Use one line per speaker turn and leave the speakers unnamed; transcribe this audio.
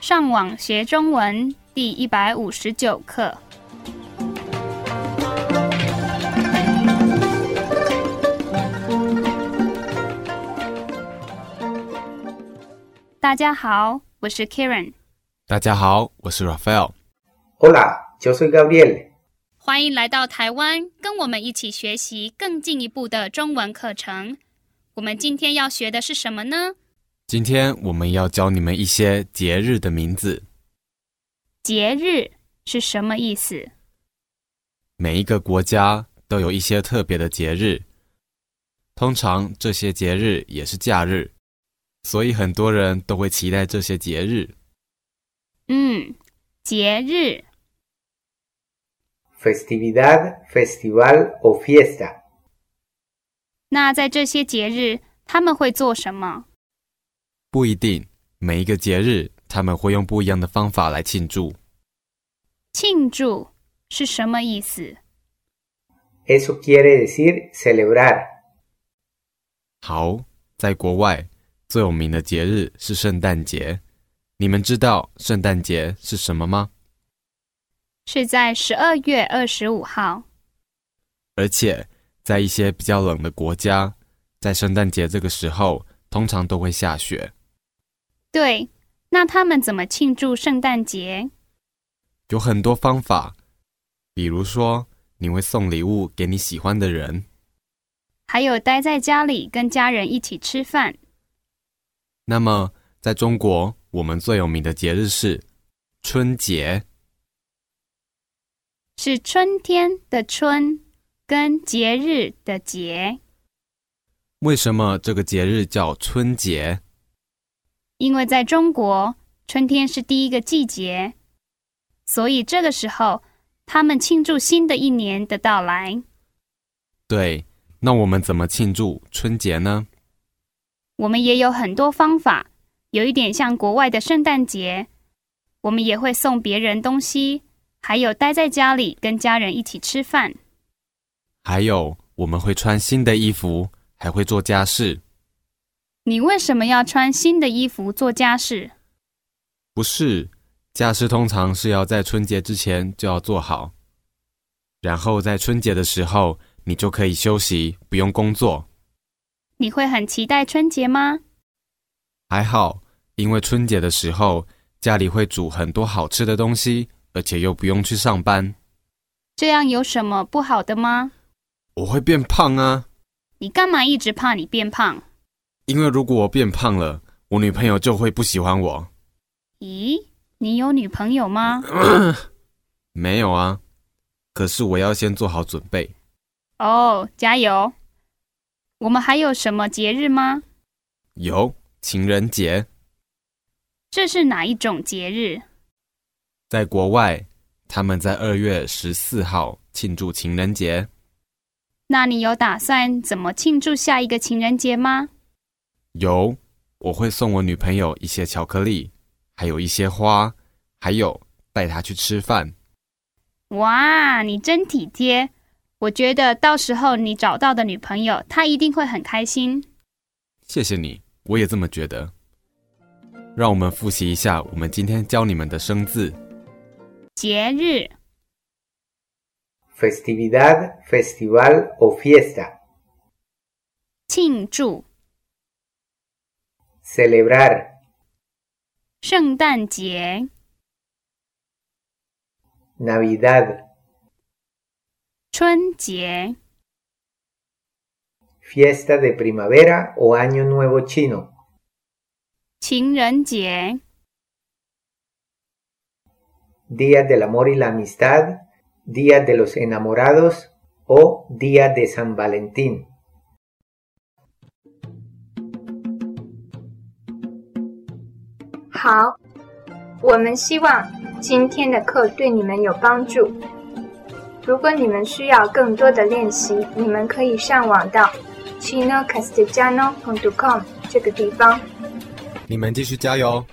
上网学中文第一百五十九课。大家好，我是 Karen，
大家好，我是 Raphael。
Hola, yo soy Gabriel.
欢迎来到台湾，跟我们一起学习更进一步的中文课程。我们今天要学的是什么呢？
今天我们要教你们一些节日的名字。
节日是什么意思？
每一个国家都有一些特别的节日，通常这些节日也是假日，所以很多人都会期待这些节日。
嗯，节日
Festividad, festival o fiesta.
那在这些节日，他们会做什么？
不一定，每一个节日他们会用不一样的方法来庆祝。
庆祝是什么意思？
Eso quiere decir celebrar.
好，在国外最有名的节日是圣诞节。你们知道圣诞节是什么吗？
是在十二月二十五号。
而且在一些比较冷的国家，在圣诞节这个时候通常都会下雪。
对，那他们怎么庆祝圣诞节？
有很多方法，比如说你会送礼物给你喜欢的人，
还有待在家里跟家人一起吃饭。
那么，在中国，我们最有名的节日是春节。
是春天的春跟节日的节，
为什么这个节日叫春节？
因为在中国，春天是第一个季节，所以这个时候他们庆祝新的一年的到来。
对，那我们怎么庆祝春节呢？
我们也有很多方法，有一点像国外的圣诞节，我们也会送别人东西，还有待在家里跟家人一起吃饭。
还有，我们会穿新的衣服，还会做家事。
你为什么要穿新的衣服做家事？
不是，家事通常是要在春节之前就要做好，然后在春节的时候你就可以休息，不用工作。
你会很期待春节吗？
还好，因为春节的时候家里会煮很多好吃的东西，而且又不用去上班。
这样有什么不好的吗？
我会变胖啊，
你干嘛一直怕你变胖？
因为如果我变胖了，我女朋友就会不喜欢我。
咦，你有女朋友吗？
没有啊，可是我要先做好准备。
哦，加油！我们还有什么节日吗？
有情人节，
这是哪一种节日？
在国外，他们在二月十四号庆祝情人节。
那你有打算怎么庆祝下一个情人节吗？
有，我会送我女朋友一些巧克力，还有一些花，还有带她去吃饭。
哇，你真体贴！我觉得到时候你找到的女朋友，她一定会很开心。
谢谢你，我也这么觉得。让我们复习一下我们今天教你们的生字：
节日、
Festividad, festival o fiesta.
庆祝、
Celebrar.
圣诞节、
Navidad.
春节、
Fiesta de primavera o Año Nuevo Chino.
情人节、
Día del Amor y la Amistad. Día de los Enamorados o Día de San Valentín.
好，我们希望今天的课对你们有帮助。如果你们需要更多的练习，你们可以上网到 chinocastellano.com 这个地方。
你们继续加油！